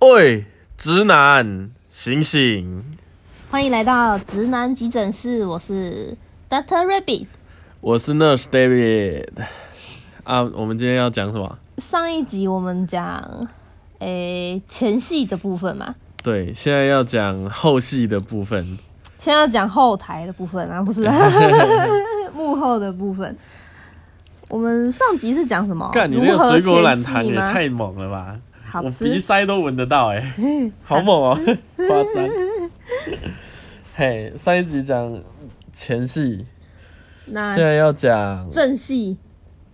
喂，直男，醒醒！欢迎来到直男急诊室，我是 Doctor Rabbit。我是 Nurse David。啊，我们今天要讲什么？上一集我们讲诶前戏的部分嘛，对，现在要讲后戏的部分。现在要讲后台的部分啊，不是幕后的部分。我们上集是讲什么？干，你如那哦何个水果前软戏糖也吗太猛了吧！好我鼻吃。塞都闻得到哎、 好猛哦、夸张。嘿，上一集讲前戏，现那在要讲，正戏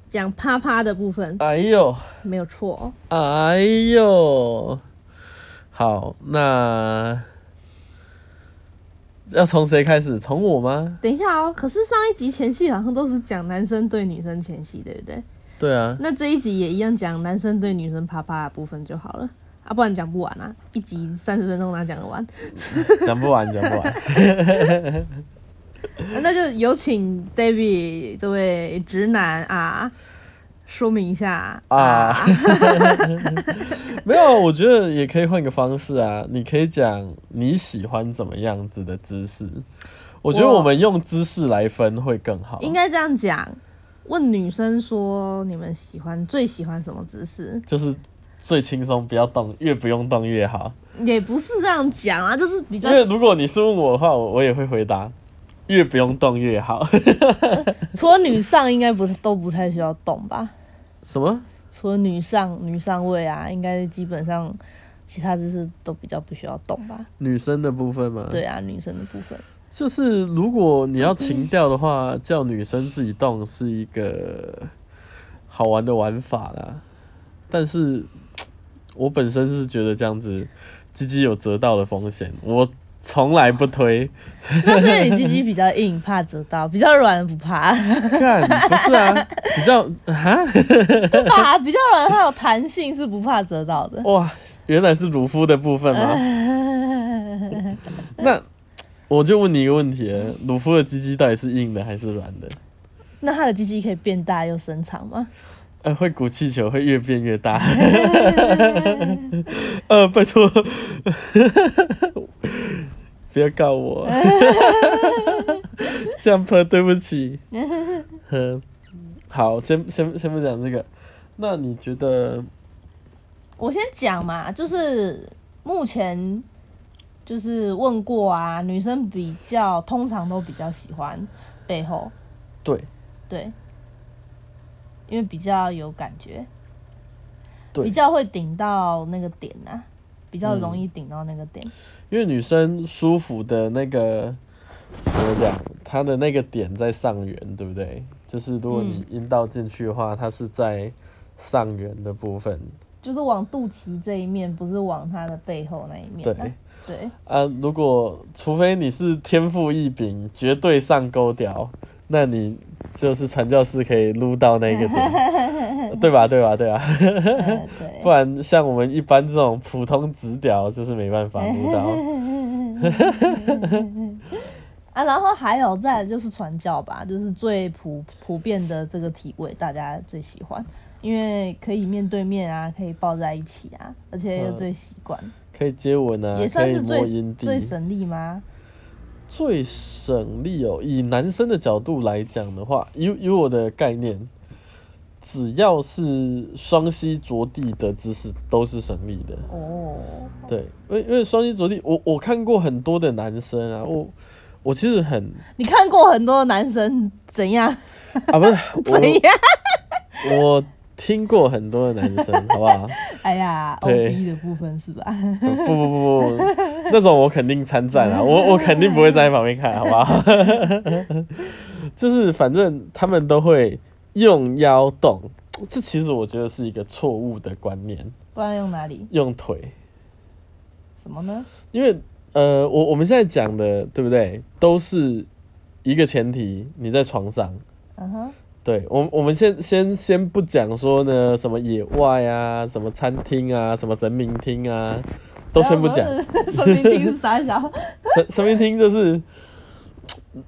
讲啪啪的部分哎呦，没有错，哦哎呦，好，那要从谁开始？从我吗？等一下哦。可是上一集前戏好像都是讲男生对女生前戏，对不对？对 啊，那这一集也一样讲男生对女生啪啪的部分就好了，啊，不然讲不完啊，一集三十分钟哪讲得完、啊讲不完，讲不完。那就有请 David 这位直男啊，说明一下啊，没有，我觉得也可以换个方式啊。你可以讲你喜欢怎么样子的姿势，我觉得我我们用姿势来分会更好。应该这样讲，问女生说你们喜欢最喜欢什么姿势，就是最轻松，不要动，越不用动越好。也不是这样讲啊，就是比较因为如果你是问我的话，我我也会回答，越不用动越 好。除了女上应该不都不太需要动吧，什么？除了女上女上位啊，应该基本上其他姿势都比较不需要动吧。女生的部分吗？，对啊，女生的部分。就是如果你要情调的话，叫女生自己动是一个好玩的玩法啦。但是我本身是觉得这样子鸡鸡有折到的风险，我从来不推。 那是因为你鸡鸡比较硬，怕折到；比较软不怕， 看，不是啊，比较啊，不怕比较软它有弹性，是不怕折到的。 哇，原来是乳夫的部分吗？那我就问你一个问题了，乳夫的鸡鸡到底是硬的还是软的？那它的鸡鸡可以变大又伸长吗？呃，会鼓气球，会越变越大。呃，拜托，不要告我，这样喷，对不起。嗯，好，先先先不讲这个。那你觉得我先讲嘛，就是目前就是问过啊，女生比较通常都比较喜欢背后，对？对，因为比较有感觉，对比较会顶到那个点啊，比较嗯容易顶到那个点。因为女生舒服的那个怎么讲，她的那个点在上缘，对不对？就是如果你阴道进去的话，它是在上缘的部分。就是往肚脐这一面，不是往他的背后那一面啊、对 对，啊，如果除非你是天赋异禀，绝对上钩屌，那你就是传教士可以撸到 那个点，对吧？对吧？对啊，呃不对，然像我们一般这种普通直屌，就是没办法撸到。啊，然后还有再来就是传教吧，就是最普普遍的这个体位，大家最喜欢，因为可以面对面啊，可以抱在一起啊，而且又嗯最习惯，可以接吻啊 也，可算以是摸阴最蒂，最省力吗？最省力哦。以男生的角度来讲的话，以以我的概念，只要是双膝着地的姿势都是省力的。哦，对，因为因为双膝着地，我我看过很多的男生啊，我我其实很你看过很多男生怎样啊，不是怎样？我我听过很多的男生，好不好？ 哎呀，O 对 B 的部分是吧？ 不不不不，那种我肯定参战啊，我我肯定不会站在旁边看，啊好不好？ 就是反正他们都会用腰动，这其实我觉得是一个错误的观念，不然用哪里？用腿，什么呢？因为呃，我我们现在讲的对不对，都是一个前提，你在床上。嗯哼，对我，我们先先先不讲说呢，什么野外啊，什么餐厅啊，什么神明厅啊，都先不讲。 说明听是傻小， 神神明厅就是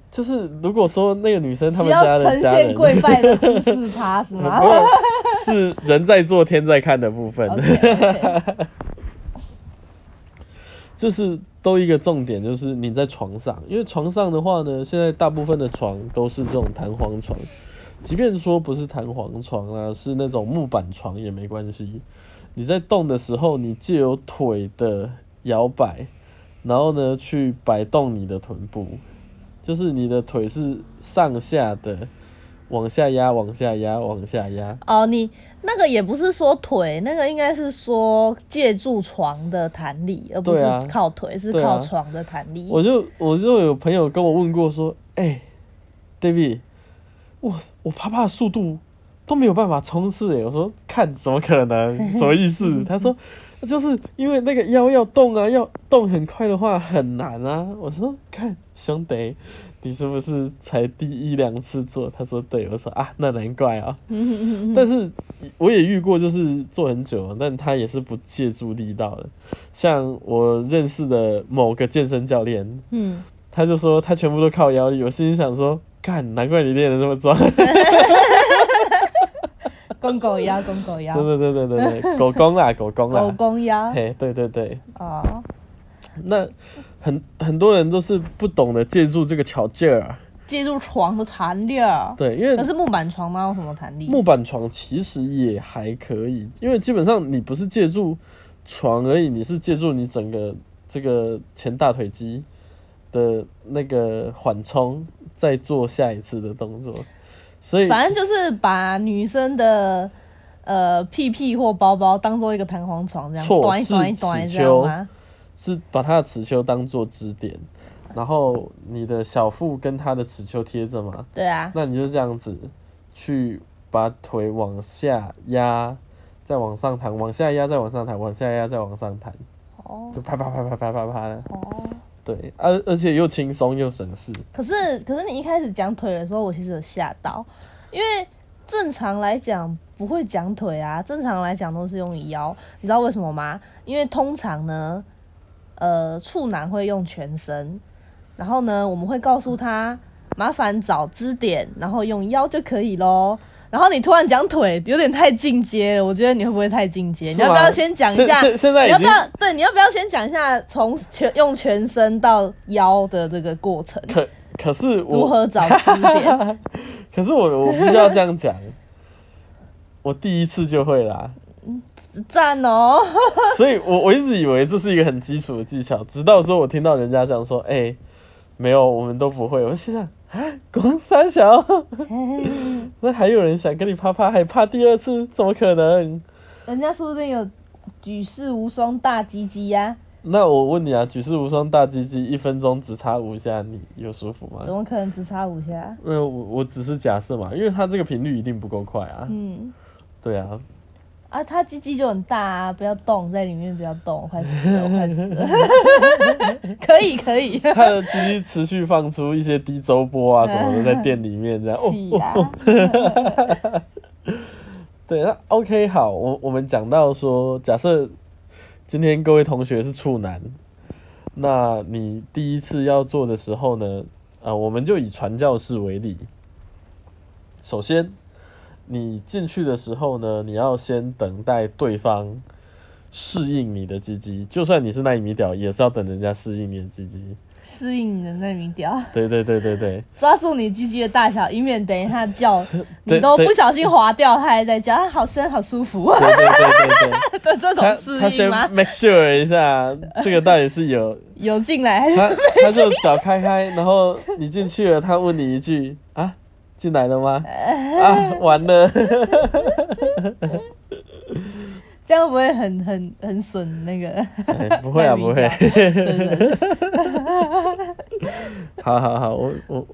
就是，如果说那个女生 他只们要家的呈家现人，跪 拜的姿势趴是吗没 有是人在做天在看的部分。 ？OK，就是都一个重点，就是你在床上，因为床上的话呢，现在大部分的床都是这种弹簧床，即便说不是弹簧床啊，是那种木板床也没关系。你在动的时候，你借由腿的摇摆，然后呢去摆动你的臀部，就是你的腿是上下的，往下压，往下压，往下压。哦，你那个也不是说腿，那个应该是说借助床的弹力，而不是对啊靠腿，是对啊靠床的弹力。 我就我就有朋友跟我问过说，哎、d a v i d 我我啪啪的速度都没有办法冲刺哎，我说看怎么可能，什么意思？他说就是因为那个腰要动啊，要动很快的话很难啊。我说看兄弟，你是不是才第一两次做？他说对，我说啊那难怪啊，嗯但是我也遇过，就是做很久，但他也是不借助力道的。像我认识的某个健身教练，嗯，他就说他全部都靠腰力，我心里想说，干，难怪你练得那么壮。公狗腰，公狗腰，对对对对对 对，狗公啦，狗公狗啦。公腰嘿，对对对，哦，那很很多人都是不懂得借助这个巧劲儿啊。借助床的弹力儿。对，因为可是木板床吗？有什么弹力？木板床其实也还可以，因为基本上你不是借助床而已，你是借助你整个这个前大腿肌的那个缓冲，再做下一次的动作。所以，反正就是把女生的呃屁屁或包包当做一个弹簧床这样，错短一是短一短一只这样吗？是把它的耻丘当做支点，然后你的小腹跟它的耻丘贴着嘛，对啊，那你就这样子去把腿往下压，再往上弹，往下压，再往上弹，往下压，再往上弹，哦就啪啪啪啪啪啪啪的。哦。对，而、而且又轻松又省事。可是可是你一开始讲腿的时候，我其实有吓到，因为正常来讲不会讲腿啊，正常来讲都是用腰，你知道为什么吗？因为通常呢，呃，处男会用全身，然后呢，我们会告诉他麻烦找支点，然后用腰就可以喽。然后你突然讲腿，有点太进阶了，我觉得你会不会太进阶？是啊你要不吗要先讲一现下？现现在你要已不经要对？你要不要先讲一下从全用全身到腰的这个过程？可可是如我何找支 点？可是我我不需要这样讲，我第一次就会啦，赞哦！ 所以我我一直以为这是一个很基础的技巧，直到说我听到人家这样说，哎、没有，我们都不会，我心想啊，光三小， 那还有人想跟你啪啪，还啪第二次，怎么可能？人家说不定有举世无双大鸡鸡呀，那我问你啊，举世无双大鸡鸡，一分钟只插五下，你有舒服吗？怎么可能只差五下？那我我只是假设嘛，因为它这个频率一定不够快啊。嗯，对啊，啊，他鸡鸡就很大啊，不要动，在里面不要动，我快死了，我快死了！ 可以可以， 它的机器持续放出一些低周波啊什么的，在店里面这样。哦，屁啊呀、对，那 OK 好，我我们讲到说，假设今天各位同学是处男，那你第一次要做的时候呢，呃，我们就以传教士为例。首先，你进去的时候呢，你要先等待对方适应你的鸡鸡，就算你是纳米屌，也是要等人家适应你的鸡鸡。适应你的那米屌，对对对对对，抓住你鸡鸡的大小，以免等一 下叫对你都对不小心滑掉，它还在叫，啊， 好深好舒服对对对对对。的他这种适他先应吗？ make sure 一下，这个到底是有有进来还是 他他就脚开开，然后你进去了，他问你一句啊，进来了吗？啊，完了，这样会不会很很很损那个？ 哎 不会啊，太不敏会 感，对对对，好好好，我我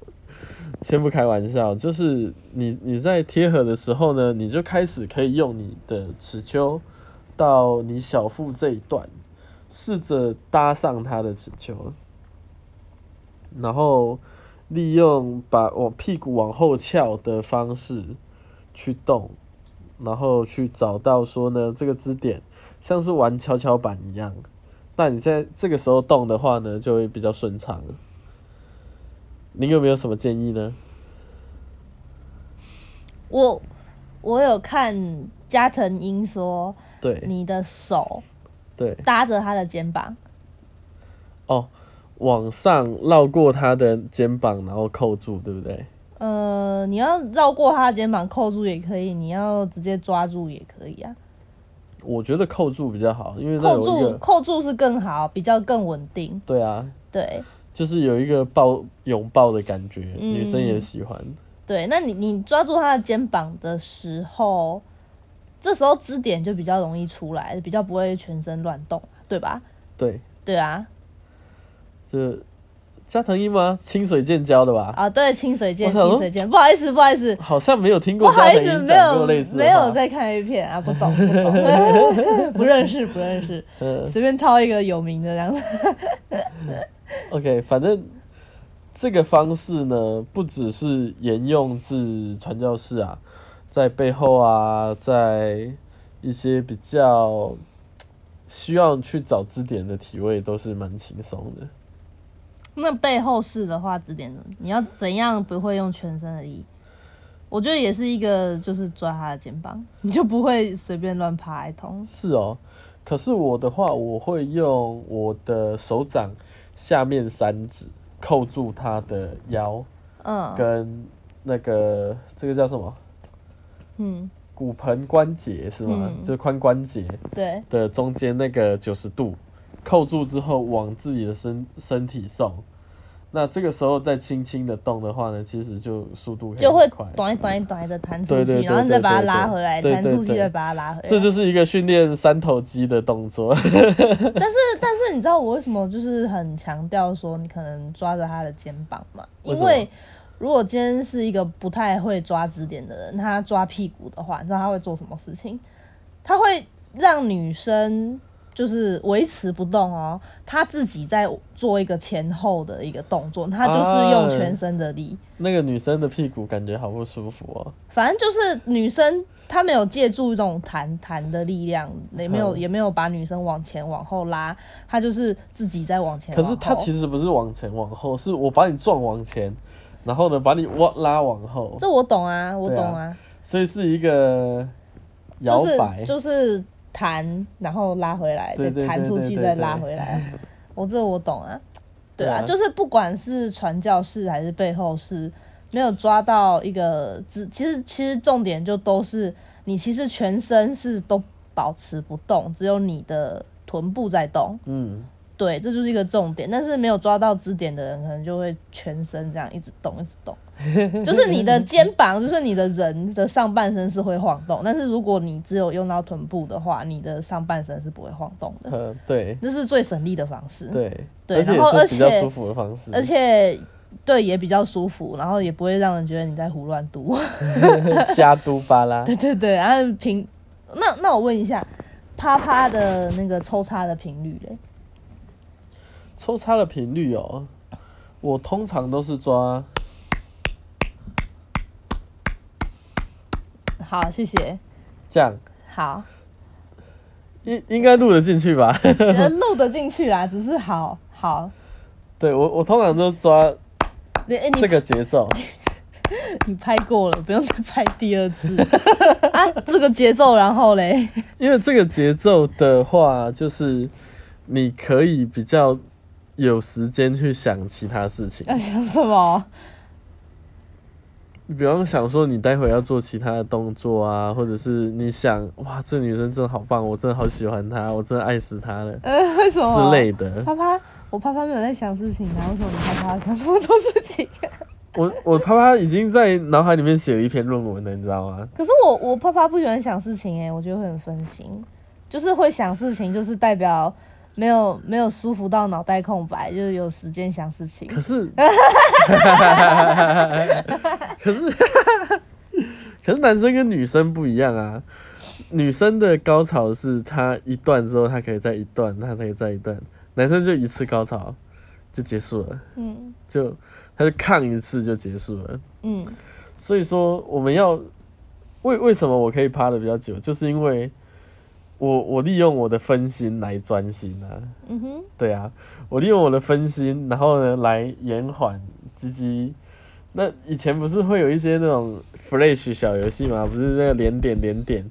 先不开玩笑，就是你你在贴合的时候呢，你就开始可以用你的尺丘到你小腹这一段，试着搭上它的尺丘，然后利用把往屁股往后翘的方式去动，然后去找到说呢这个支点，像是玩跷跷板一样。那你在这个时候动的话呢，就会比较顺畅了。您有没有什么建议呢？我我有看加藤鹰说，对你的手对搭着他的肩膀，哦，往上绕过他的肩膀，然后扣住，对不对？呃，你要绕过他的肩膀扣住也可以，你要直接抓住也可以啊。我觉得扣住比较好，因为那扣有一住个扣住是更好，比较更稳定。对啊，对就是有一个抱拥抱的感觉，嗯女生也喜欢。对，那你你抓住他的肩膀的时候，这时候支点就比较容易出来，比较不会全身乱动，对吧？对，对啊，这加藤鹰吗？清水剑教的吧？啊对，清水剑，我想说清水剑，不好意思，不好意思，好像没有听不过好加意藤思，鹰没讲过有类似的没有话在看 A 片啊，不懂不懂， 不认识不 认识，嗯随便挑一个有名的这 样子。 OK，反正这个方式呢，不只是沿用至传教士啊，在背后啊，在一些比较需要去找支点的体位，都是蛮轻松的。那背后式的话，指点你要怎样不会用全身的力？我觉得也是一个，就是抓他的肩膀，你就不会随便乱爬一通。是哦，可是我的话，我会用我的手掌下面三指扣住他的腰，嗯跟那个这个叫什么嗯，骨盆关节是吗？嗯就是髋关节。对，的中间那个九十度扣住之后，往自己的身身体送。那这个时候再轻轻的动的话呢，其实就速度可以就会很快。短短短的弹出对对去，对然后你再把它拉回来，对对弹出去对再把它拉回来。这就是一个训练三头肌的动作。 但是但是你知道我为什么就是很强调说你可能抓着他的肩膀嘛？为因什么为如果今天是一个不太会抓指点的人，他抓屁股的话，你知道他会做什么事情？他会让女生就是维持不动哦，他自己在做一个前后的一个动作，他就是哎用全身的力。那个女生的屁股感觉好不舒服哦。反正就是女生她没有借助这种弹弹的力量，也没有、嗯也没有把女生往前往后拉，她就是自己在往前可是它实其实不是往前往后，是我把你撞往前，然后呢把你往拉往后，这我懂啊，我懂啊，所以是一个摇摆。就是就是弹，然后拉回来，对再对弹对出对去，对再对拉回来。我这我懂啊，对对啊，啊就是不管是传教士还是背后是没有抓到一个只，其实其实重点就都是你其实全身是都保持不动，只有你的臀部在动。嗯，对，这就是一个重点。但是没有抓到支点的人，可能就会全身这样一直动，一直动。就是你的肩膀，就是你的人的上半身是会晃动，但是如果你只有用到臀部的话，你的上半身是不会晃动 的。呃，对这是最省力的方式，对，对而且然后也是比较而且舒服的方式。而且对也比较舒服，然后也不会让人觉得你在胡乱读。 瞎嘟巴拉， 对对对，然后频，那那我问一下，啪啪的那个抽插的频率嘞？抽插的频率哦，我通常都是抓，好，谢谢，这样，好。应应该录得进去吧？ 觉得呃录得进去啦，只是好好，对我我通常都抓你哎、你这个节奏，你拍过了，不用再拍第二次 啊，这个节奏，然后嘞，因为这个节奏的话，就是你可以比较有时间去想其他事情，要想什么？你比方想说你待会要做其他的动作啊，或者是你想哇，这女生真的好棒，我真的好喜欢她，我真的爱死她了呃，为什么？之类的。啪啪，我啪啪没有在想事情啊，为什么你啪啪想这么多事情？ 我我啪啪已经在脑海里面写了一篇论文了，你知道吗？可是我我啪啪不喜欢想事情哎、我觉得会很分心，就是会想事情，就是代表没有没有舒服到脑袋空白，就是有时间想事情。可是，可是， 可是男生跟女生不一样啊。女生的高潮是她一段之后，她可以再一段，她可以再一段。男生就一次高潮就结束了，嗯就他就抗一次就结束了。嗯，所以说，我们要为为什么我可以趴的比较久，就是因为我我利用我的分心来专心啊。嗯哼，对啊，我利用我的分心，然后呢来延缓鸡鸡。那以前不是会有一些那种 Flash 小游戏吗？不是那个连点连点，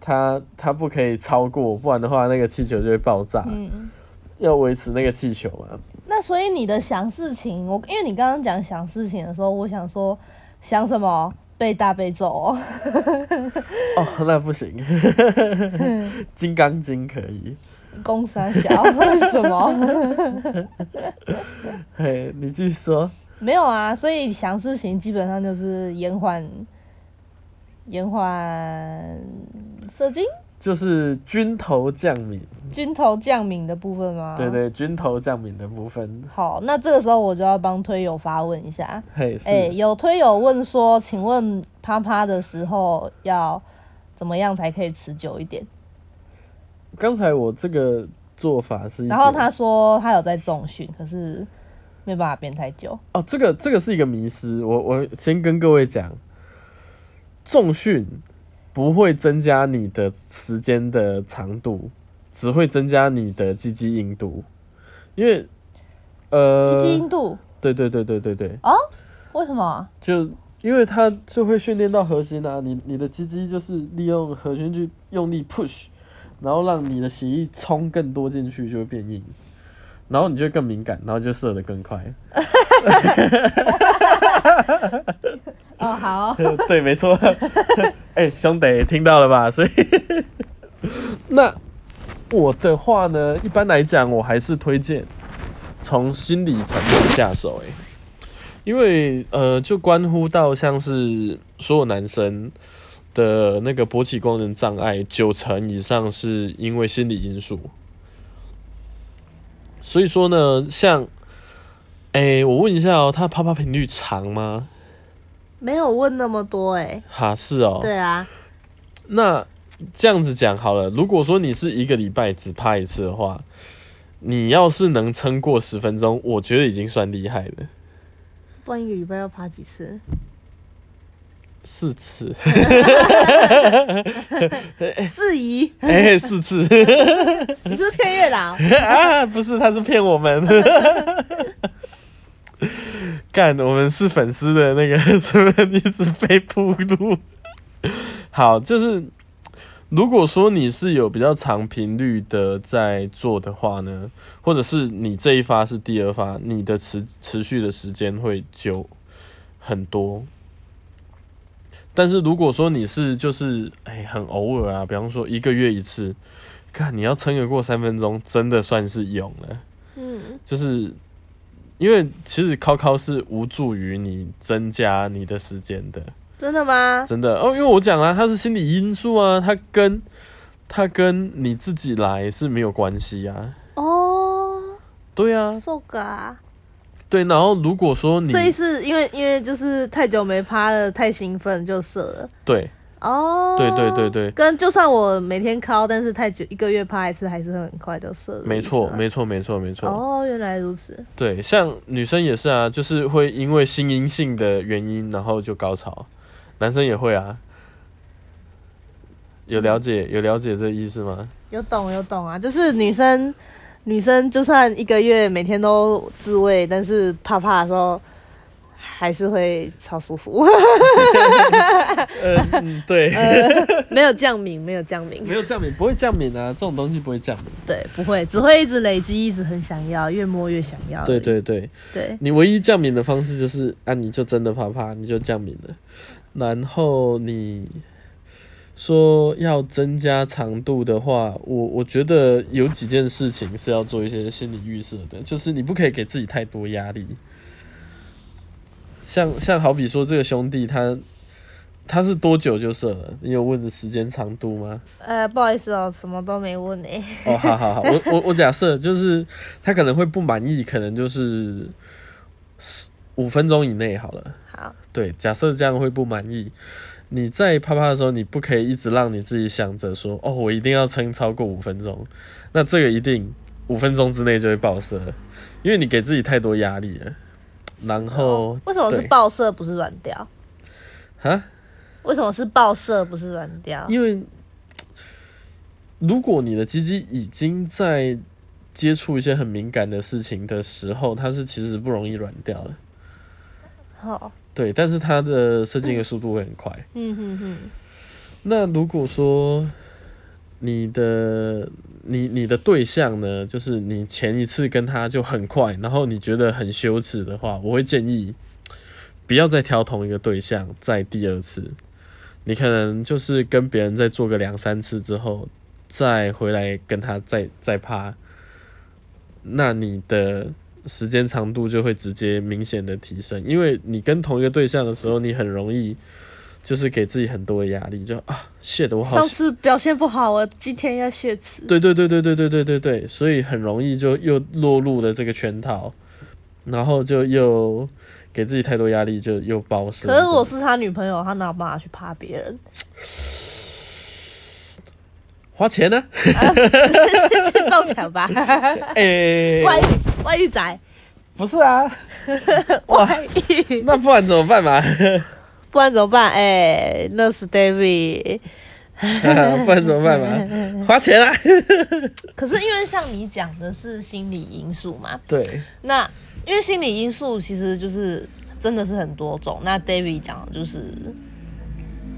它它不可以超过，不然的话那个气球就会爆炸。嗯要维持那个气球嘛。那所以你的想事情，我因为你刚刚讲想事情的时候，我想说想什么被大被揍、哦， 哦，那不行，金刚经可以。公三小什么？ 嘿，你继续说。没有啊，所以想事情基本上就是延缓延缓射精。就是军头降民，军头降民的部分吗？对。对，军头降民的部分，好，那这个时候我就要帮推友发问一下。嘿，是、哎、有推友问说，请问啪啪的时候要怎么样才可以持久一点？刚才我这个做法是一个，然后他说他有在重训，可是没办法变太久。哦，这个这个是一个迷失，我我先跟各位讲，重训不会增加你的时间的长度，只会增加你的鸡鸡硬度，因为呃，鸡鸡硬度对对对对对对，为什么啊？就因为它就会训练到核心啊，你你的鸡鸡就是利用核心去用力 push，然后让你的血液冲更多进去，就会变硬，然后你就会更敏感，然后就射得更快。哦，好， 对，没错。哎、兄弟，听到了吧？ 所以，那我的话呢，一般来讲，我还是推荐从心理层面下手、哎，因为呃，就关乎到像是所有男生的那个勃起功能障碍，九成以上是因为心理因素。所以说呢，像，哎、我问一下哦，他啪啪频率长吗？没有问那么多哎、哈，是哦。对啊，那这样子讲好了，如果说你是一个礼拜只拍一次的话，你要是能撑过十分钟，我觉得已经算厉害了。不然一个礼拜要爬几次？ 四次， 四姨，哎、四次你是不是骗月 老？啊！不是，他是骗我们。 干，我们是粉丝的那个，怎么一直被铺路？好，就是如果说你是有比较长频率的在做的话呢，或者是你这一发是第二发，你的持持续的时间会久很多。但是如果说你是就是哎很偶尔啊，比方说一个月一次，看你要撑得过三分钟，真的算是勇了。嗯，就是因为其实考考是无助于你增加你的时间的，真的吗？真的哦。因为我讲啦，它是心理因素啊，它跟它跟你自己来是没有关系啊。哦，对啊，受个啊！对。然后如果说你所以是因为因为就是太久没趴了，太兴奋就射了。对哦，对对对对跟就算我每天敲，但是太久一个月趴一次，还是会很快就射了。啊没意错，思吗没错，没错，没错。哦，原来如此。对，像女生也是啊，就是会因为心因性的原因，然后就高潮。男生也会啊，有了解有了解这意思吗？有懂有懂啊，就是女生，女生就算一个月每天都自慰，但是怕怕的时候还是会超舒服， 嗯，对，没有降敏，没有降敏，没有降敏，不会降敏啊，这种东西不会降敏。对，不会，只会一直累积，一直很想要，越摸越想要而已。对对对，对，你唯一降敏的方式就是啊，你就真的怕怕，你就降敏了。然后你说要增加长度的话，我我觉得有几件事情是要做一些心理预设的，就是你不可以给自己太多压力。像像好比说这个兄弟他他是多久就射了？你有问时间长度吗？呃，不好意思哦，什么都没问诶、哦，好好好，我我我假设就是他可能会不满意，可能就是十五分钟以内好了。好，对，假设这样会不满意。你在啪啪的时候，你不可以一直让你自己想着说，哦，我一定要撑超过五分钟，那这个一定五分钟之内就会爆射，因为你给自己太多压力了。然后为什么是对爆射不是软掉？啊，为什么是爆射不是软掉？因为如果你的鸡鸡已经在接触一些很敏感的事情的时候，它是其实不容易软掉的，好，嗯对，但是它的射精的速度会很快。嗯哼哼，那如果说你的你你的对象呢，就是你前一次跟他就很快，然后你觉得很羞耻的话，我会建议不要再挑同一个对象再第二次。你可能就是跟别人再做个两三次之后，再回来跟他再再趴，那你的时间长度就会直接明显的提升，因为你跟同一个对象的时候，你很容易就是给自己很多的压力，就啊，shit，我好上次表现不好，我今天要血池。对对对对对对对对对，所以很容易就又落入了这个圈套，然后就又给自己太多压力，就又爆升。可是我是他女朋友，他哪有办法去怕别人？花钱 呢、去撞墙吧，诶，外遇外遇仔，哎不是啊，外遇，那不然怎么办嘛？ 不然怎么办？哎、那是 David。不然怎么办嘛？花钱啊！可是因为像你讲的是心理因素嘛，对，那因为心理因素其实就是真的是很多种。那 David 讲的就是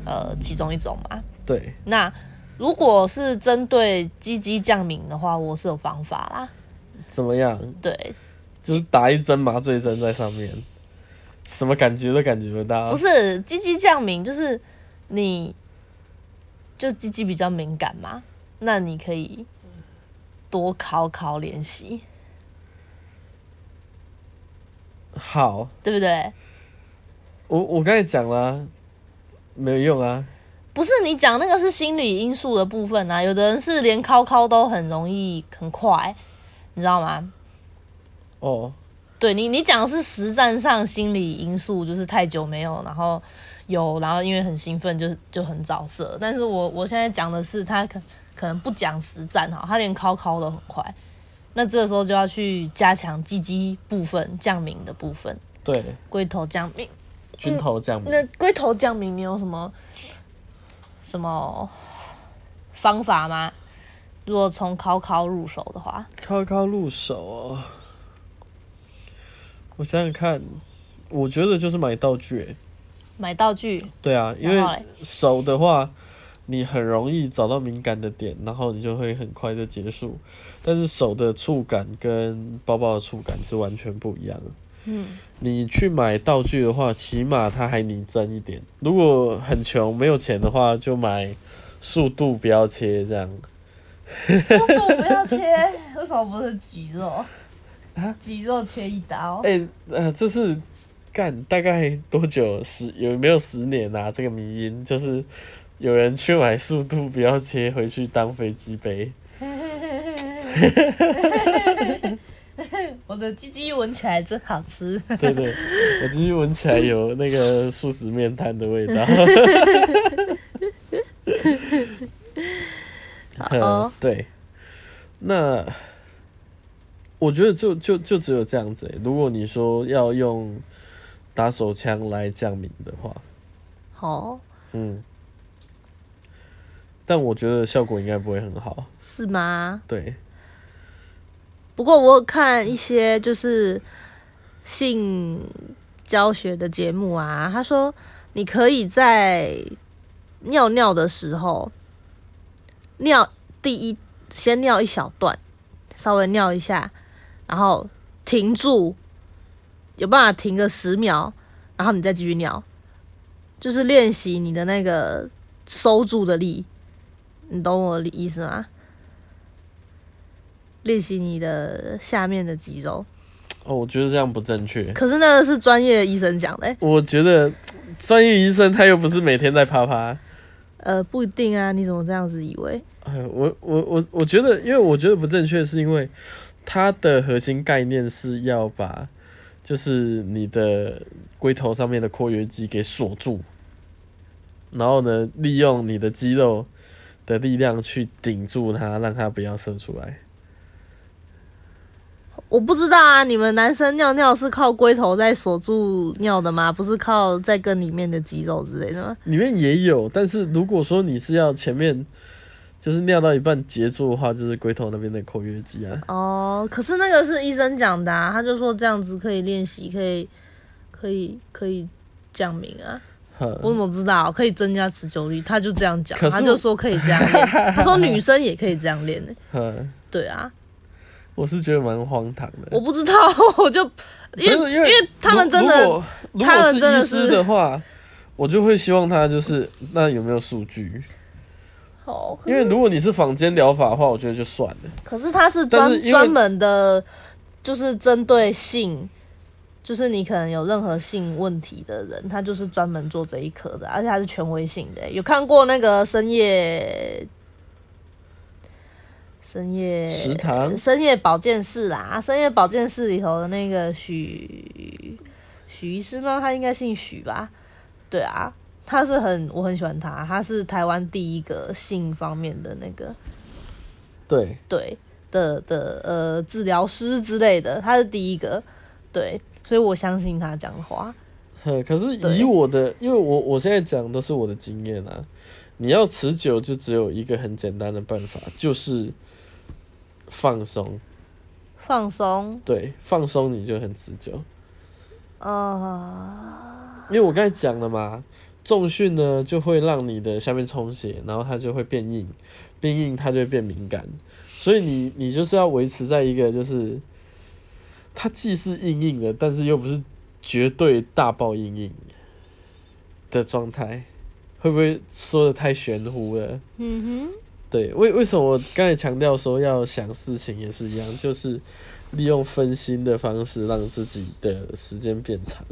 呃其中一种嘛。对，那如果是针对鸡鸡降敏的话，我是有方法啦。怎么样？对，就是打一针麻醉针在上面，什么感觉都感觉不到不。是鸡鸡降敏，就是你就鸡鸡比较敏感嘛，那你可以多考考练习，好，对不对？我我刚才讲了啊，没有用啊。不是你讲那个是心理因素的部分啊，有的人是连考考都很容易很快，你知道吗？哦，对你，你讲的是实战上心理因素，就是太久没有，然后有，然后因为很兴奋就就很早射。但是我我现在讲的是他可可能不讲实战哈，他连考考都很快，那这个时候就要去加强鸡鸡部分降敏的部分，对，龟头降敏。军头降敏。那龟头降敏你有什么什么方法吗？如果从考考入手的话，靠靠入手哦。我想想看，我觉得就是买道具欸、买道具对啊，因然后为嘞手的话，你很容易找到敏感的点，然后你就会很快就结束。但是手的触感跟包包的触感是完全不一样的。嗯，你去买道具的话，起码它还拟真一点。如果很穷没有钱的话，就买速度标切这样。速度不要切，为什么不是橘肉？橘肉切一刀，哎、呃，这是干大概多久？十有没有十年啊？这个迷因就是有人去买速度不要切回去当飞机杯。 我的鸡鸡闻起来真好吃。对对，我今天闻起来有那个素食面摊的味道。 嗯，对，那我觉得就就就只有这样子、欸。如果你说要用打手枪来降敏的话，哦，嗯，但我觉得效果应该不会很好。是吗？对，不过我有看一些就是性教学的节目啊，他说你可以在尿尿的时候尿第一先尿一小段，稍微尿一下，然后停住，有办法停个十秒，然后你再继续尿，就是练习你的那个收住的力，你懂我的意思吗？练习你的下面的肌肉。哦，我觉得这样不正确。可是那个是专业医生讲的、欸，我觉得专业医生他又不是每天在啪啪。呃，不一定啊，你怎么这样子以为？哎，我我我我觉得，因为我觉得不正确，是因为它的核心概念是要把就是你的龟头上面的括约肌给锁住，然后呢，利用你的肌肉的力量去顶住它，让它不要射出来。我不知道啊，你们男生尿尿是靠龟头在锁住尿的吗？不是靠在更里面的肌肉之类的吗？里面也有，但是如果说你是要前面就是尿到一半结住的话，就是龟头那边的括约肌啊。哦，可是那个是医生讲的啊，他就说这样子可以练习，可以，可以，可以降敏啊。我怎么知道啊可以增加持久力？他就这样讲，可是他就说可以这样练，他说女生也可以这样练呢、哼，对啊，我是觉得蛮荒唐的。我不知道， 我就因不是为因为他们如真的如果如他果们真的是医师是的话，我就会希望他就是那有没有数据？哦，可因为是如果你是坊间疗法的话，我觉得就算了。可是他是但是因专为专门的，就是针对性，就是你可能有任何性问题的人，他就是专门做这一科的，而且他是权威性的。有看过那个深夜深夜食堂深夜保健室啦，啊深夜保健室里头的那个许许医师吗？他应该姓许吧？对啊，他是很我很喜欢他，他是台湾第一个性方面的那个。对，对的的呃治疗师之类的，他是第一个，对，所以我相信他讲的话。哼， 可是以对我的，因为我我现在讲都是我的经验啊。你要持久，就只有一个很简单的办法，就是放松。放松，对，放松你就很持久。呃，因为我刚才讲了嘛，重训呢就会让你的下面充血，然后它就会变硬，变硬它就会变敏感，所以你你就是要维持在一个就是，它既是硬硬的，但是又不是绝对大爆硬硬的状态，会不会说的太玄乎了？嗯对，为为什么我刚才强调说要想事情也是一样，就是利用分心的方式让自己的时间变长。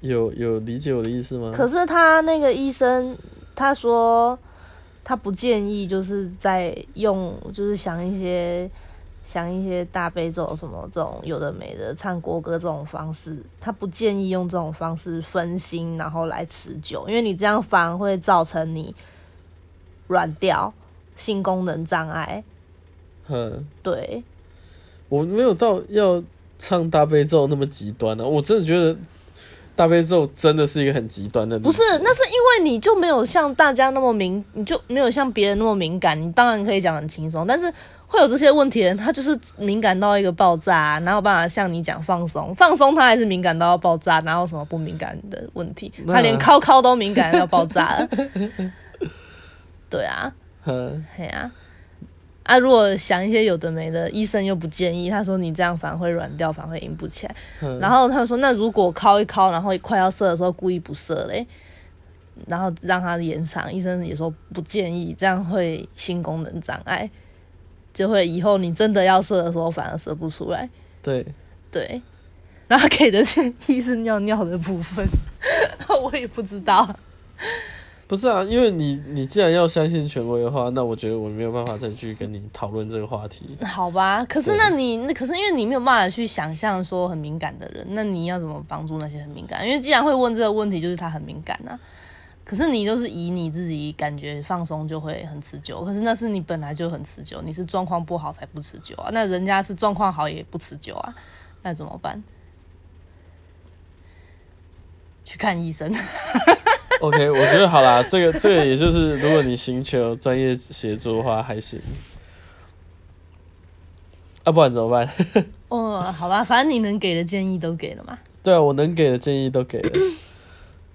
有有理解我的意思吗哼，？可是他那个医生他说他不建议，就是在用，就是想一些。想一些大悲咒什么这种有的没的，唱国歌这种方式，他不建议用这种方式分心，然后来持久，因为你这样反而会造成你软掉、性功能障碍。嗯，对，我没有到要唱大悲咒那么极端啊，我真的觉得大悲咒真的是一个很极端的例子。不是，那是因为你就没有像大家那么敏，你就没有像别人那么敏感。你当然可以讲很轻松，但是会有这些问题的人，他就是敏感到一个爆炸、哪有办法像你讲放松？放松他还是敏感到要爆炸，哪有什么不敏感的问题？那他连靠靠都敏感到要爆炸了。对啊，嗯，嘿啊。啊，如果想一些有的没的，医生又不建议，他说你这样反而会软掉，反而会硬不起来。嗯然后他们说，那如果敲一敲，然后快要射的时候故意不射嘞，然后让它延长，医生也说不建议，这样会性功能障碍，就会以后你真的要射的时候反而射不出来。对，对，然后他给的建议是尿尿的部分， 我也不知道。不是啊，因为你你既然要相信权威的话，那我觉得我没有办法再去跟你讨论这个话题。好吧，可是对那你那可是因为你没有办法去想象说很敏感的人，那你要怎么帮助那些很敏感？因为既然会问这个问题，就是他很敏感啊。可是你就是以你自己感觉放松就会很持久，可是那是你本来就很持久，你是状况不好才不持久啊。那人家是状况好也不持久啊，那怎么办？去看医生。 OK，我觉得好啦，这个这个也就是，如果你寻求专业协助的话，还行。啊，不然怎么办？ 哦，好吧，反正你能给的建议都给了嘛。对啊，我能给的建议都给了。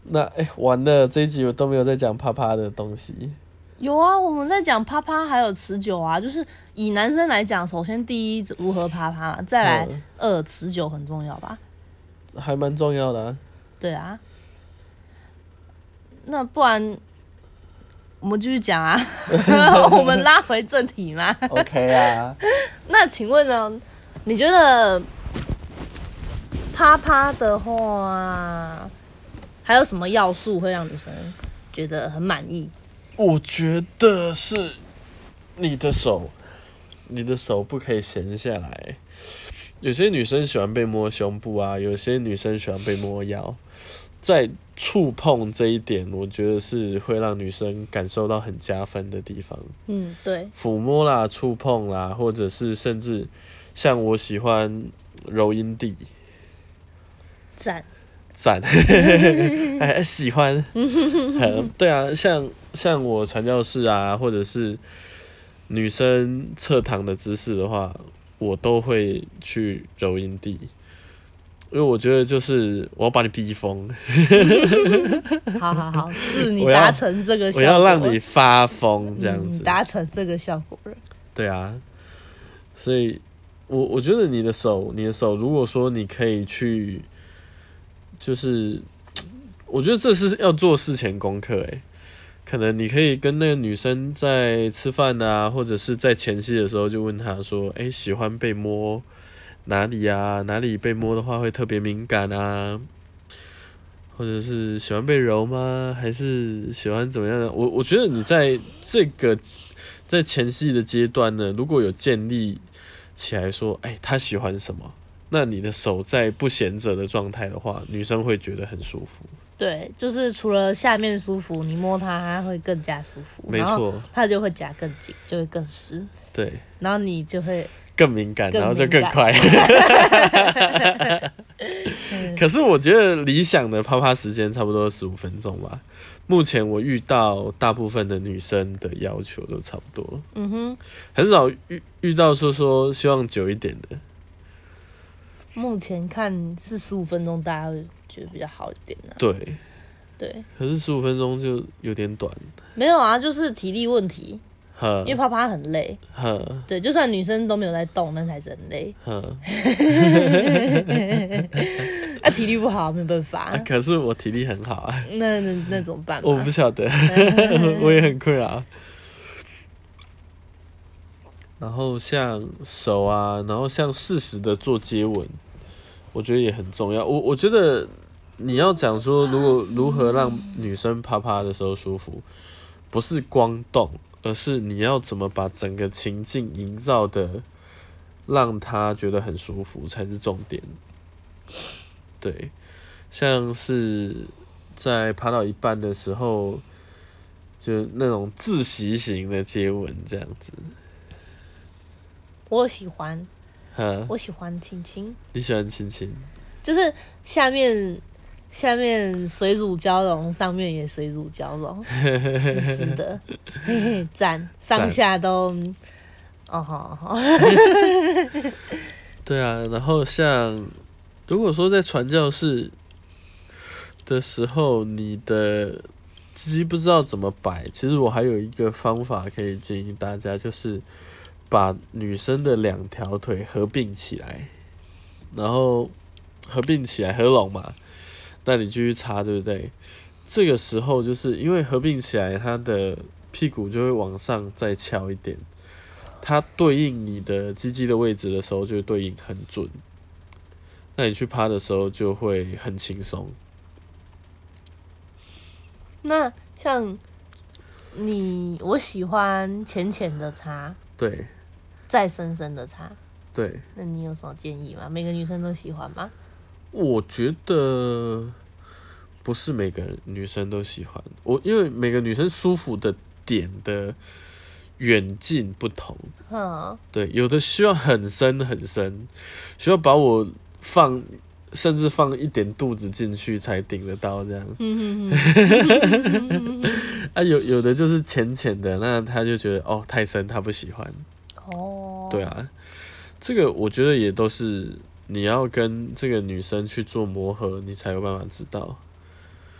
那哎、完了，这一集我都没有在讲啪啪的东西。有啊，我们在讲啪啪，还有持久啊，就是以男生来讲，首先第一如何啪啪嘛，再来嗯二持久很重要吧？还蛮重要的、啊。对啊，那不然我们继续讲啊，我们拉回正题嘛。 OK 啊，那请问呢，你觉得啪啪的话，还有什么要素会让女生觉得很满意？我觉得是你的手，你的手不可以闲下来。有些女生喜欢被摸胸部啊，有些女生喜欢被摸腰，在触碰这一点，我觉得是会让女生感受到很加分的地方。嗯，对，抚摸啦、触碰啦，或者是甚至像我喜欢揉阴蒂，赞， 赞，哎，喜欢，呃对啊，像像我传教士啊，或者是女生侧躺的姿势的话，我都会去揉阴蒂。因为我觉得就是我要把你逼疯， 好好好，是你我要达成这个效我果了，要让你发疯这样嗯你子。达成这个效果了。对啊，所以我我觉得你的手，你的手，如果说你可以去，就是我觉得这是要做事前功课诶、可能你可以跟那个女生在吃饭啊，或者是在前戏的时候就问她说：“哎、喜欢被摸哪里啊？哪里被摸的话会特别敏感啊？或者是喜欢被揉吗？还是喜欢怎么样的？”我我觉得你在这个在前戏的阶段呢，如果有建立起来说，哎、他喜欢什么，那你的手在不闲着的状态的话，女生会觉得很舒服。对，就是除了下面舒服，你摸它它会更加舒服，没然后错，它就会夹更紧，就会更湿，对，然后你就会更敏感，更然后就更敏 快。嗯可是我觉得理想的啪啪时间差不多十五分钟吧。目前我遇到大部分的女生的要求都差不多了，嗯哼。很少遇遇到说说希望久一点的。目前看是十五分钟，大家会觉得比较好一点呢、对，对，可是十五分钟就有点短。没有啊，就是体力问题，呵因为啪啪很累。呵对，就算女生都没有在动，但还是很 累。呵。啊，体力不好没有办法啊，，可是我体力很好啊，那那那怎么办啊嘛？我不晓得， 我也很困扰。然后像手啊，然后像适时的做接吻，我觉得也很重要。我我觉得你要讲说，如果如何让女生啪啪的时候舒服，不是光动，而是你要怎么把整个情境营造的让她觉得很舒服才是重点。对，像是在爬到一半的时候，就那种自习型的接吻这样子。我喜欢，哈，我喜欢亲亲，你喜欢亲亲？就是下面下面水乳交融，上面也水乳交融，湿湿 的，嘿嘿，赞，上赞下都，嗯哦吼哦 吼，对啊，然后像如果说在传教士的时候，你的鸡不知道怎么摆，其实我还有一个方法可以建议大家，就是把女生的两条腿合并起来，然后合并起来合拢嘛，那你继续插，对不对？这个时候就是因为合并起来，它的屁股就会往上再翘一点，它对应你的鸡鸡的位置的时候，就会对应很准。那你去趴的时候就会很轻松。那像你，我喜欢浅浅的擦，对再深深的擦，对，那你有什么建议吗？每个女生都喜欢吗？我觉得不是每个女生都喜欢我，因为每个女生舒服的点的远近不同。嗯，对，有的需要很深很深，需要把我放，甚至放一点肚子进去才顶得到这样。嗯啊，有有的就是浅浅的，那他就觉得哦太深，他不喜欢。 哦，对啊，这个我觉得也都是你要跟这个女生去做磨合，你才有办法知道。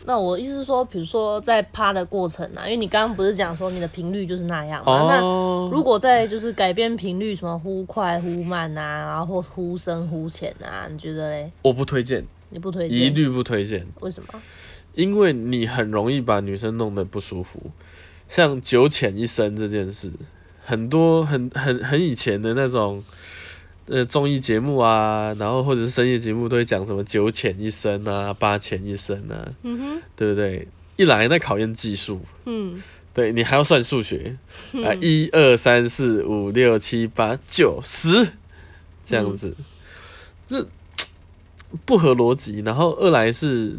那我意思是说，比如说在趴的过程啊，因为你刚刚不是讲说你的频率就是那样嘛？那哦，如果在就是改变频率，什么忽快忽慢啊，然后或忽深忽浅啊，你觉得嘞？我不推荐，你不推一荐？律不推荐，为什么？因为你很容易把女生弄得不舒服。像九浅一深这件事，很多很很很以前的那种。呃，综艺节目啊，然后或者是深夜节目都会讲什么九浅一深啊，八浅一深啊，嗯对不对？一来那考验技术，哼，嗯，对你还要算数学啊，一二三四五六七八九十这样子，这不合逻辑。然后二来是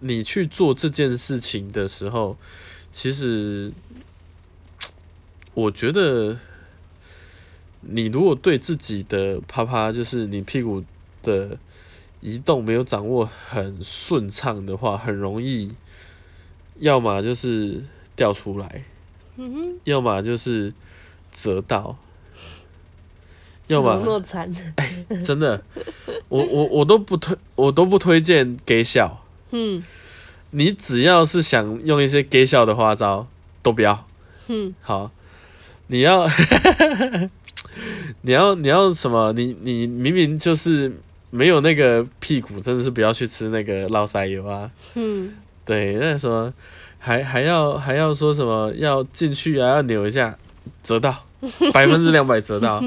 你去做这件事情的时候，其实我觉得你如果对自己的啪啪，就是你屁股的移动没有掌握很顺畅的话，很容易，要么就是掉嗯出来，要么就是折到，要怎么么那么惨？ 真的，我我我都不推，我都不推荐给小。嗯你只要是想用一些给小的花招，都不要。嗯，好，你要 你要你要什么？你你明明就是没有那个屁股，真的是不要去吃那个烙塞油啊。嗯，对，那什么还还要还要说什么要进去啊，要扭一下，折到百分之两百折到，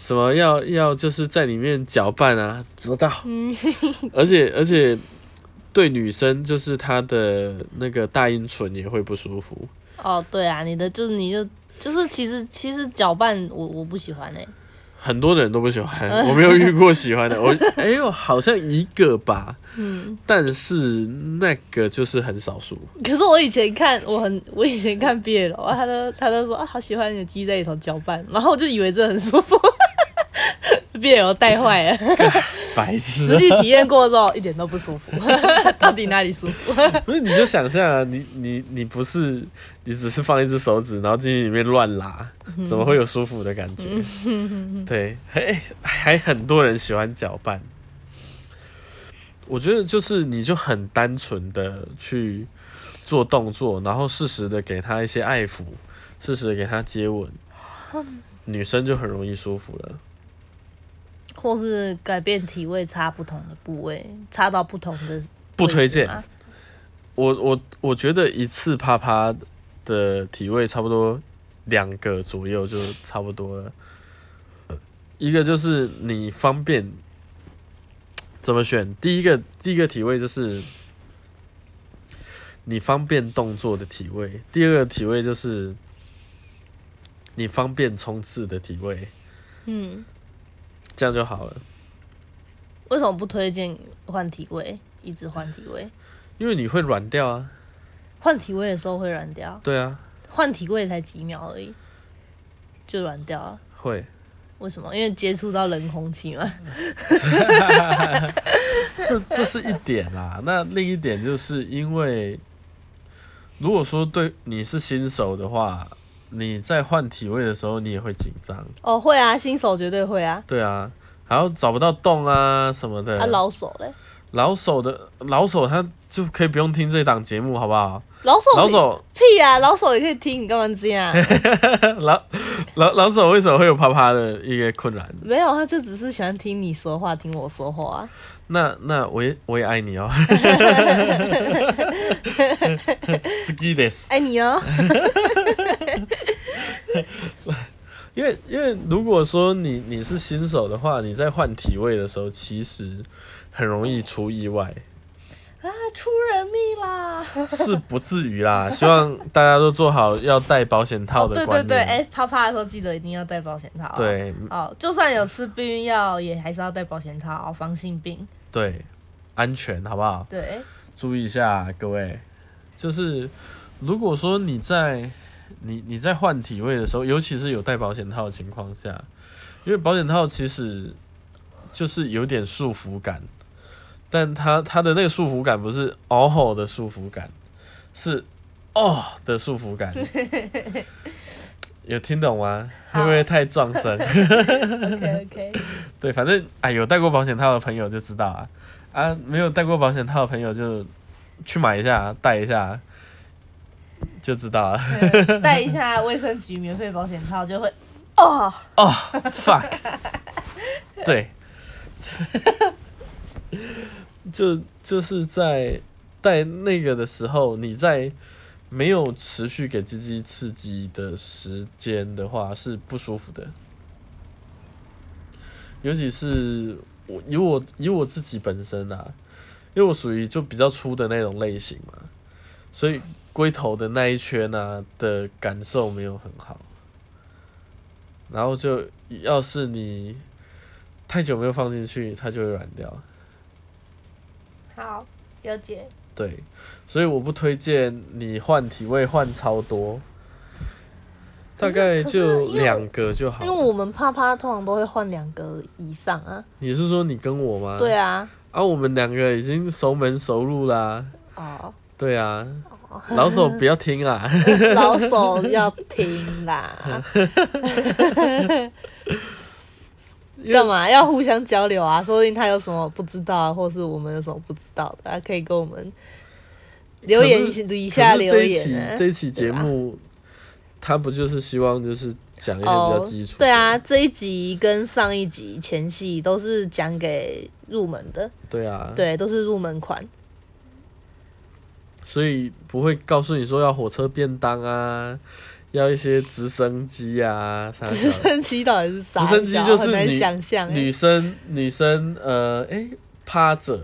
什么要要就是在里面搅拌啊，折到，嗯而且而且对女生就是她的那个大阴唇也会不舒服，哦，对啊，你的就是你就就是其实其实搅拌我我不喜欢哎、很多人都不喜欢， 我没有遇过喜欢的，我哎呦好像一个吧，嗯，但是那个就是很少数，可是我以前看我很我以前看 BL 啊，他都他都说啊好喜欢你的鸡在里头搅拌，然后我就以为这很舒服 ，BL 带坏了，白痴实际体验过之后一点都不舒服， 到底哪里舒服？不是，你就想象啊，你你你不是，你只是放一只手指，然后进去里面乱拉，怎么会有舒服的感觉？对，还还很多人喜欢搅拌。我觉得就是你就很单纯的去做动作，然后适时的给他一些爱抚，适时的给他接吻，女生就很容易舒服了。或是改变体位，插不同的部位，插到不同的不推荐位置吗我我我觉得一次啪啪的体位差不多两个左右就差不多了。一个就是你方便怎么选，第一个第一个体位就是你方便动作的体位，第二个体位就是你方便冲刺的体位，嗯，这样就好了。为什么不推荐换体位？一直换体位，因为你会软掉啊，换体位的时候会软掉，对啊，换体位才几秒而已，就软掉了。会。为什么？因为接触到冷空气嘛。这这是一点啦。那另一点就是因为，如果说对你是新手的话，你在换体位的时候你也会紧张，哦，会啊，新手绝对会啊。对啊，还要找不到洞啊什么的。啊，老手嘞，老手的老手他就可以不用听这档节目，好不好？老手，老手屁啊，老手也可以听，你干嘛这样？ 老老老手为什么会有啪啪的一个困难？没有，他啊就只是喜欢听你说话，听我说话啊。那那我也我也爱 你哦。 好き です。爱你哦。因为因为如果说你你是新手的话，你在换体位的时候，其实很容易出意 外，啊，出人命啦！是不至于啦。希望大家都做好要戴保险套哦，的对对观对，念。哎、啪啪的时候记得一定要戴保险套、啊。。对哦，就算有吃避孕药，也还是要戴保险套、防性病。对安全好不好？ 对，注意一下各位，就是如果说你在你你在换体位的时候，尤其是有戴保险套的情况下，因为保险套其实就是有点束缚感，但它它的那个束缚感不是嗷吼的束缚感，是哦的束缚 感。有听懂吗？会不会 太撞声？ OK OK，对，反正哎，有戴过保险套的朋友就知道啊，啊，没有戴过保险套的朋友就去买一下，戴一下，就知道了。戴一下卫生局免费保险套就会哦，哦、fuck，对， 就就是在戴那个的时候，你在没有持续给鸡鸡刺激的时间的话是不舒服的，尤其是我以我以我自己本身啊，因为我属于就比较粗的那种类型嘛，所以龟头的那一圈呢、的感受没有很好。然后就要是你太久没有放进去，它就会软掉。好，了解。对，所以我不推荐你换体位换超多，大概就两个就好因为了。我们啪啪通常都会换两个以上啊。你是说你跟我吗？对。啊，啊，我们两个已经熟门熟路啦。哦，对啊，老手不要听 啊。老手要听啦。因为干嘛要互相交流啊？说不定他有什么不知道啊，或是我们有什么不知道的，啊他可以跟我们留言可是底可下是留这一期言啊。这一期节对吧目，他不就是希望就是讲一些比较哦基础、，对啊，，这一集跟上一集前戏都是讲给入门的，对啊，，对，都是入门款。所以不会告诉你说要火车便当啊，要一些直升机啊啥直的。升机到底是啥？直升机就是很难女想象、欸女。生女生呃，哎、趴着，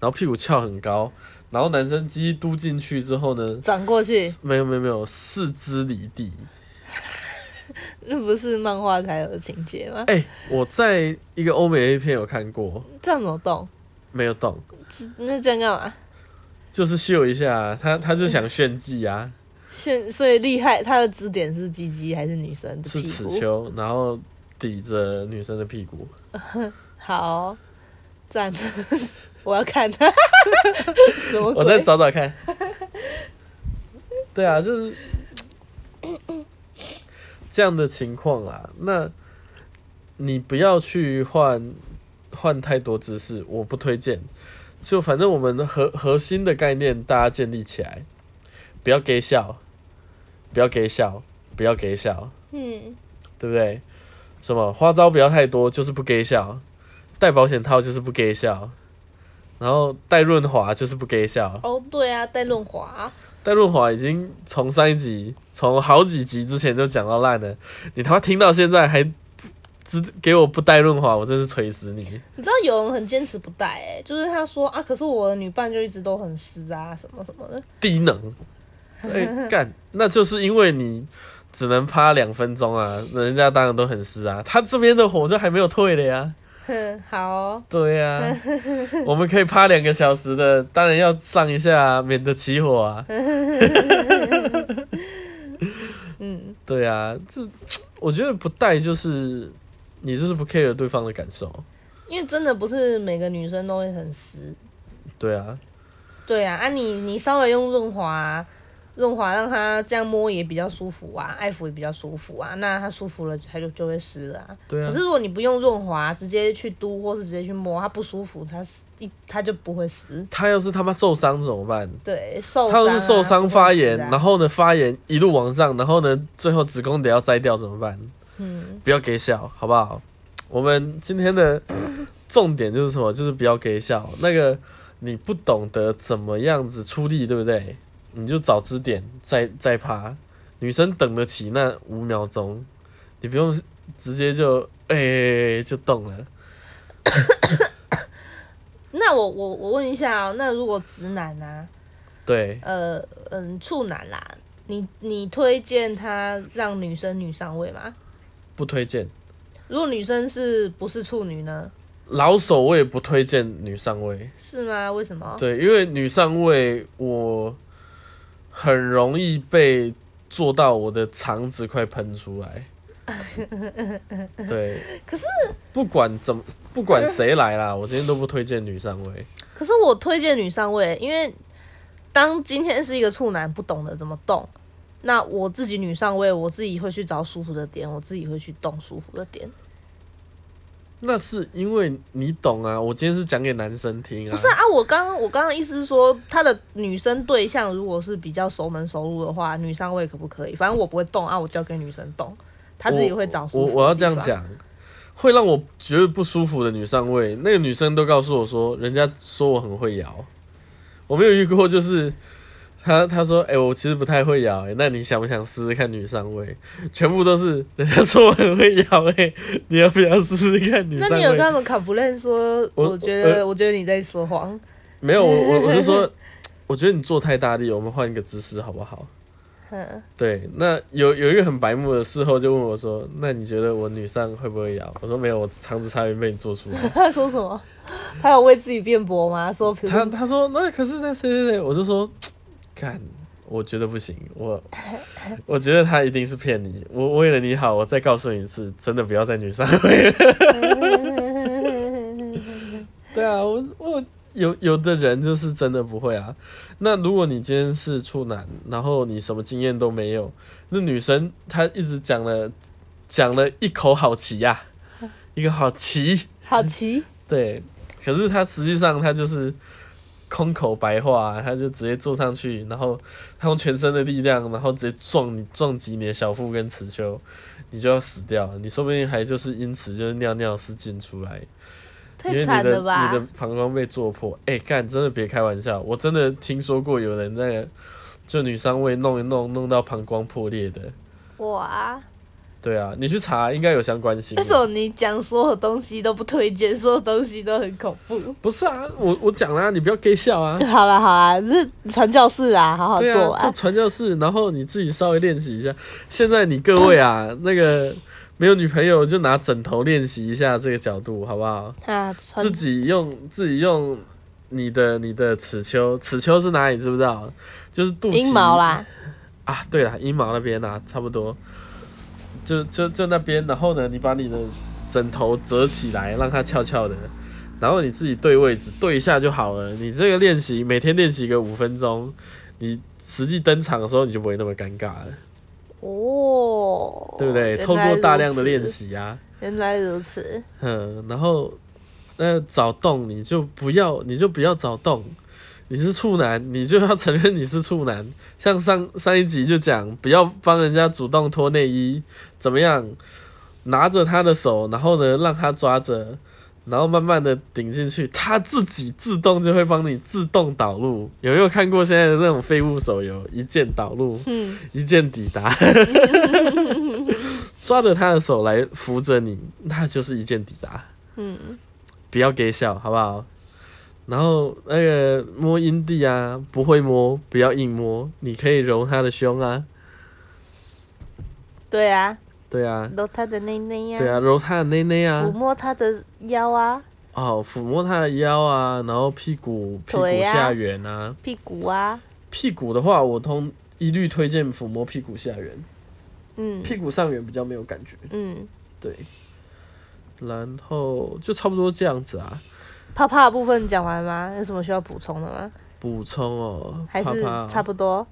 然后屁股翘很高，然后男生鸡嘟进去之后呢，转过去， 没有没有没有，四肢离地。那不是漫画才有的情节吗？哎、我在一个欧美 A 片有看过，这样怎么动？没有动，那这样干嘛？就是秀一下，他他就想炫技啊，现所以厉害，他的支点是鸡鸡还是女生的是屁尺股？球，然后抵着女生的屁股。好，赞！我要看 什么我再鬼？找找看。对啊，就是这样的情况啦。那你不要去换换太多知识，我不推荐。就反正我们的核核心的概念大家建立起来，不要给笑，不要给笑，不要给笑，嗯，对不对？什么花招不要太多，就是不给笑；戴保险套就是不给笑，然后戴润滑就是不给笑。哦，对啊，戴润滑，戴润华已经从上一集，从好几集之前就讲到烂了，你他妈听到现在还不只给我不戴润华，我真是锤死你！你知道有人很坚持不戴、欸，就是他说啊，可是我的女伴就一直都很湿啊，什么什么的。低能，哎、干，那就是因为你只能趴两分钟啊，人家当然都很湿啊，他这边的火就还没有退了呀。哼，好哦、对呀、我们可以趴两个小时的，当然要上一下、啊，免得起火啊。嗯，对啊，这我觉得不戴就是你就是不 care 对方的感受。因为真的不是每个女生都会很湿。对啊，对啊，啊你你稍微用润滑、润滑让它这样摸也比较舒服啊，爱抚也比较舒服啊。那它舒服了，它就就会湿了啊。对啊可是如果你不用润滑，直接去嘟或是直接去摸，它不舒服，它死一它就不会湿。他要是他妈受伤怎么办？对，受他伤、啊、要是受伤不会发死炎，啊然后呢发炎一路往上，然后呢最后子宫得要摘掉怎么办？嗯，不要给笑，好不好？我们今天的重点就是什么？就是不要给笑。那个你不懂得怎么样子出力，对不对？你就找支点再再趴，女生等得起那五秒钟，你不用直接就哎、就动了。那我我我问一下哦，那如果直男啊，对，呃嗯，处男啦、你你推荐他让女生女上位吗？不推荐。如果女生是不是处女呢？老手我也不推荐女上位。是吗？为什么？对，因为女上位，我很容易被做到我的肠子快喷出 来。对，可是不管怎么，不管谁来 啦，我今天都不推荐女上位。可是我推荐女上位，因为当今天是一个处男不懂得怎么动，那我自己女上位，我自己会去找舒服的点，我自己会去动舒服的点。那是因为你懂啊，我今天是讲给男生听啊。不是啊，我刚刚我刚刚意思是说，他的女生对象如果是比较熟门熟路的话，女上位可不可以？反正我不会动啊，我交给女生动，她自己会找舒服我的我要这地样方。讲，会让我觉得不舒服的女上位，那个女生都告诉我说，人家说我很会摇，我没有遇过，就是她她说，哎、我其实不太会摇、哎，那你想不想试试看女上位？全部都是人家说我很会摇，哎，你要不要试试看女那上你有跟位？他们卡布伦说？我我觉得，呃我觉得你在说谎。没有，我我我就说，我觉得你做太大力，我们换一个姿势好不好？哼，对，那有有一个很白目的事后就问我说：“那你觉得我女上会不会摇？”我说：“没有，我肠子差点被你做出来。” 他说什么？他有为自己辩驳吗？说，比如他说他说那可是那谁谁谁，我就说，看，我觉得不行，我我觉得他一定是骗你，我为了你好，我再告诉你一次，真的不要在女上位。 对啊，我我有有的人就是真的不会啊。那如果你今天是处男，然后你什么经验都没有，那女生她一直讲了讲了一口好棋呀、一个好棋， 好奇，对，可是他实际上他就是空口白话，他就直接坐上去，然后他用全身的力量，然后直接撞你撞击你的小腹跟耻丘，你就要死掉，你说不定还就是因此就是尿尿失禁出来，因太为你惨的了你吧的！膀胱被坐破。哎、干，真的别开玩笑，我真的听说过有人那个就女伤位弄一弄弄到膀胱破裂的。哇！对啊，你去查应该有相关性。为什么你讲所有东西都不推荐，所有东西都很恐怖？不是啊，我我讲啦、你不要 gay 笑啊。 好啦好啦，这传教士啊， 好好对做啊，完。就传教士，然后你自己稍微练习一下。现在你各位啊，那个没有女朋友就拿枕头练习一下这个角度，好不好？啊，传自己用自己用你的你的耻丘，耻丘是哪里？知不知道？就是肚脐阴毛啦，啊，对了，阴毛那边啊，差不多，就就就那边。然后呢，你把你的枕头折起来，让它翘翘的，然后你自己对位置，对一下就好了。你这个练习每天练习个五分钟，你实际登场的时候你就不会那么尴尬了，哦，对不对？原来透过大量如的此练，习啊，原来如此。嗯，然后那找洞你就不要，你就不要找洞。你是处男，你就要承认你是处男。像上上一集就讲，不要帮人家主动脱内衣，怎么样？拿着他的手，然后呢让他抓着，然后慢慢的顶进去，他自己自动就会帮你自动导入。有没有看过现在的那种废物手游，一键导入？嗯，一键抵 达，抓着他的手来扶着你，那就是一键抵达。嗯，不要给笑，好不好？然后那个摸阴蒂啊，不会摸，不要硬摸，你可以揉他的胸啊，对啊，对啊，揉他的内内呀，对啊，揉他的内内抚啊，摸他的腰啊、哦，抚摸他的腰啊，然后屁股屁股腿啊下缘啊，屁股啊，屁股的话，我通一律推荐抚摸屁股下缘，嗯屁股上缘比较没有感觉，嗯，对。然后就差不多这样子啊，啪啪的部分讲完吗？有什么需要补充的吗？补充哦，还是啪啪差不多？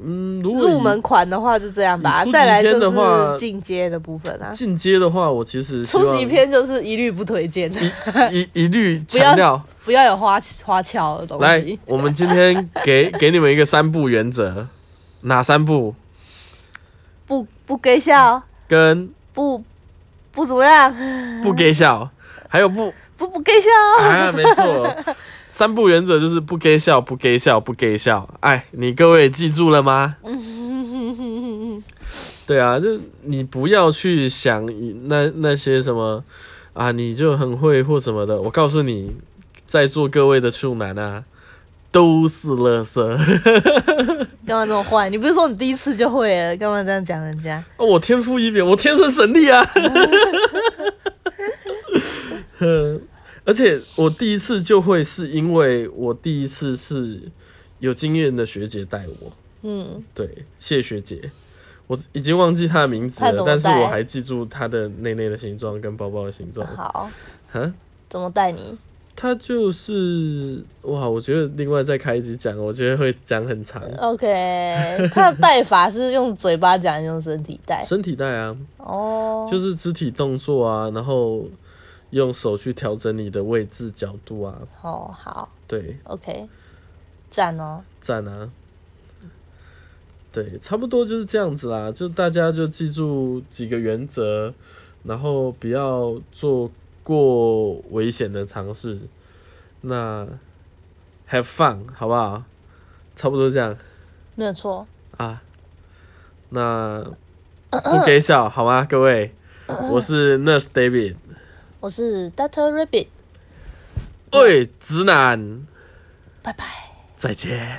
嗯，如果以入门款的话就这样以吧初，级再来就篇的话是进阶的部分啊。进阶的话，我其实希初望级篇就是一律不推荐，一一律强调， 不要有花花俏的东来西，。我们今天给给你们一个三不原则，哪三不？不不给笑，跟不不怎么样，不给 笑，还有不不不给笑。啊，没错，三不原则就是不给笑，不给笑，不给笑。哎，你各位记住了吗？对啊，就你不要去想以那那些什么啊，你就很会或什么的。我告诉你，在座各位的处男啊，都是垃圾。干嘛这么坏？你不是说你第一次就会了，干嘛这样讲人家？哦，我天赋异禀，我天生神力啊！嗯，而且我第一次就会，是因为我第一次是有经验的学姐带我，嗯，对，谢学姐，我已经忘记她的名字她怎了，么但是带我还记住她的内内的形状跟包包的形状。好，啊，怎么带你？她就是哇，我觉得另外再开一集讲，我觉得会讲很长。哎 OK，他的带法是用嘴巴讲，还是用身体 带身体带啊，哦，就是肢体动作啊，然后用手去调整你的位置角度啊，哦好对， ，OK，赞哦，赞啊，对，差不多就是这样子啦。就大家就记住几个原则，然后不要做过危险的尝试。那 have fun 好不好？差不多这样没有错，啊。那不给笑好吗，各位？我是 Nurse David。我是 Doctor Rabbit，喂，直男，拜拜。再见。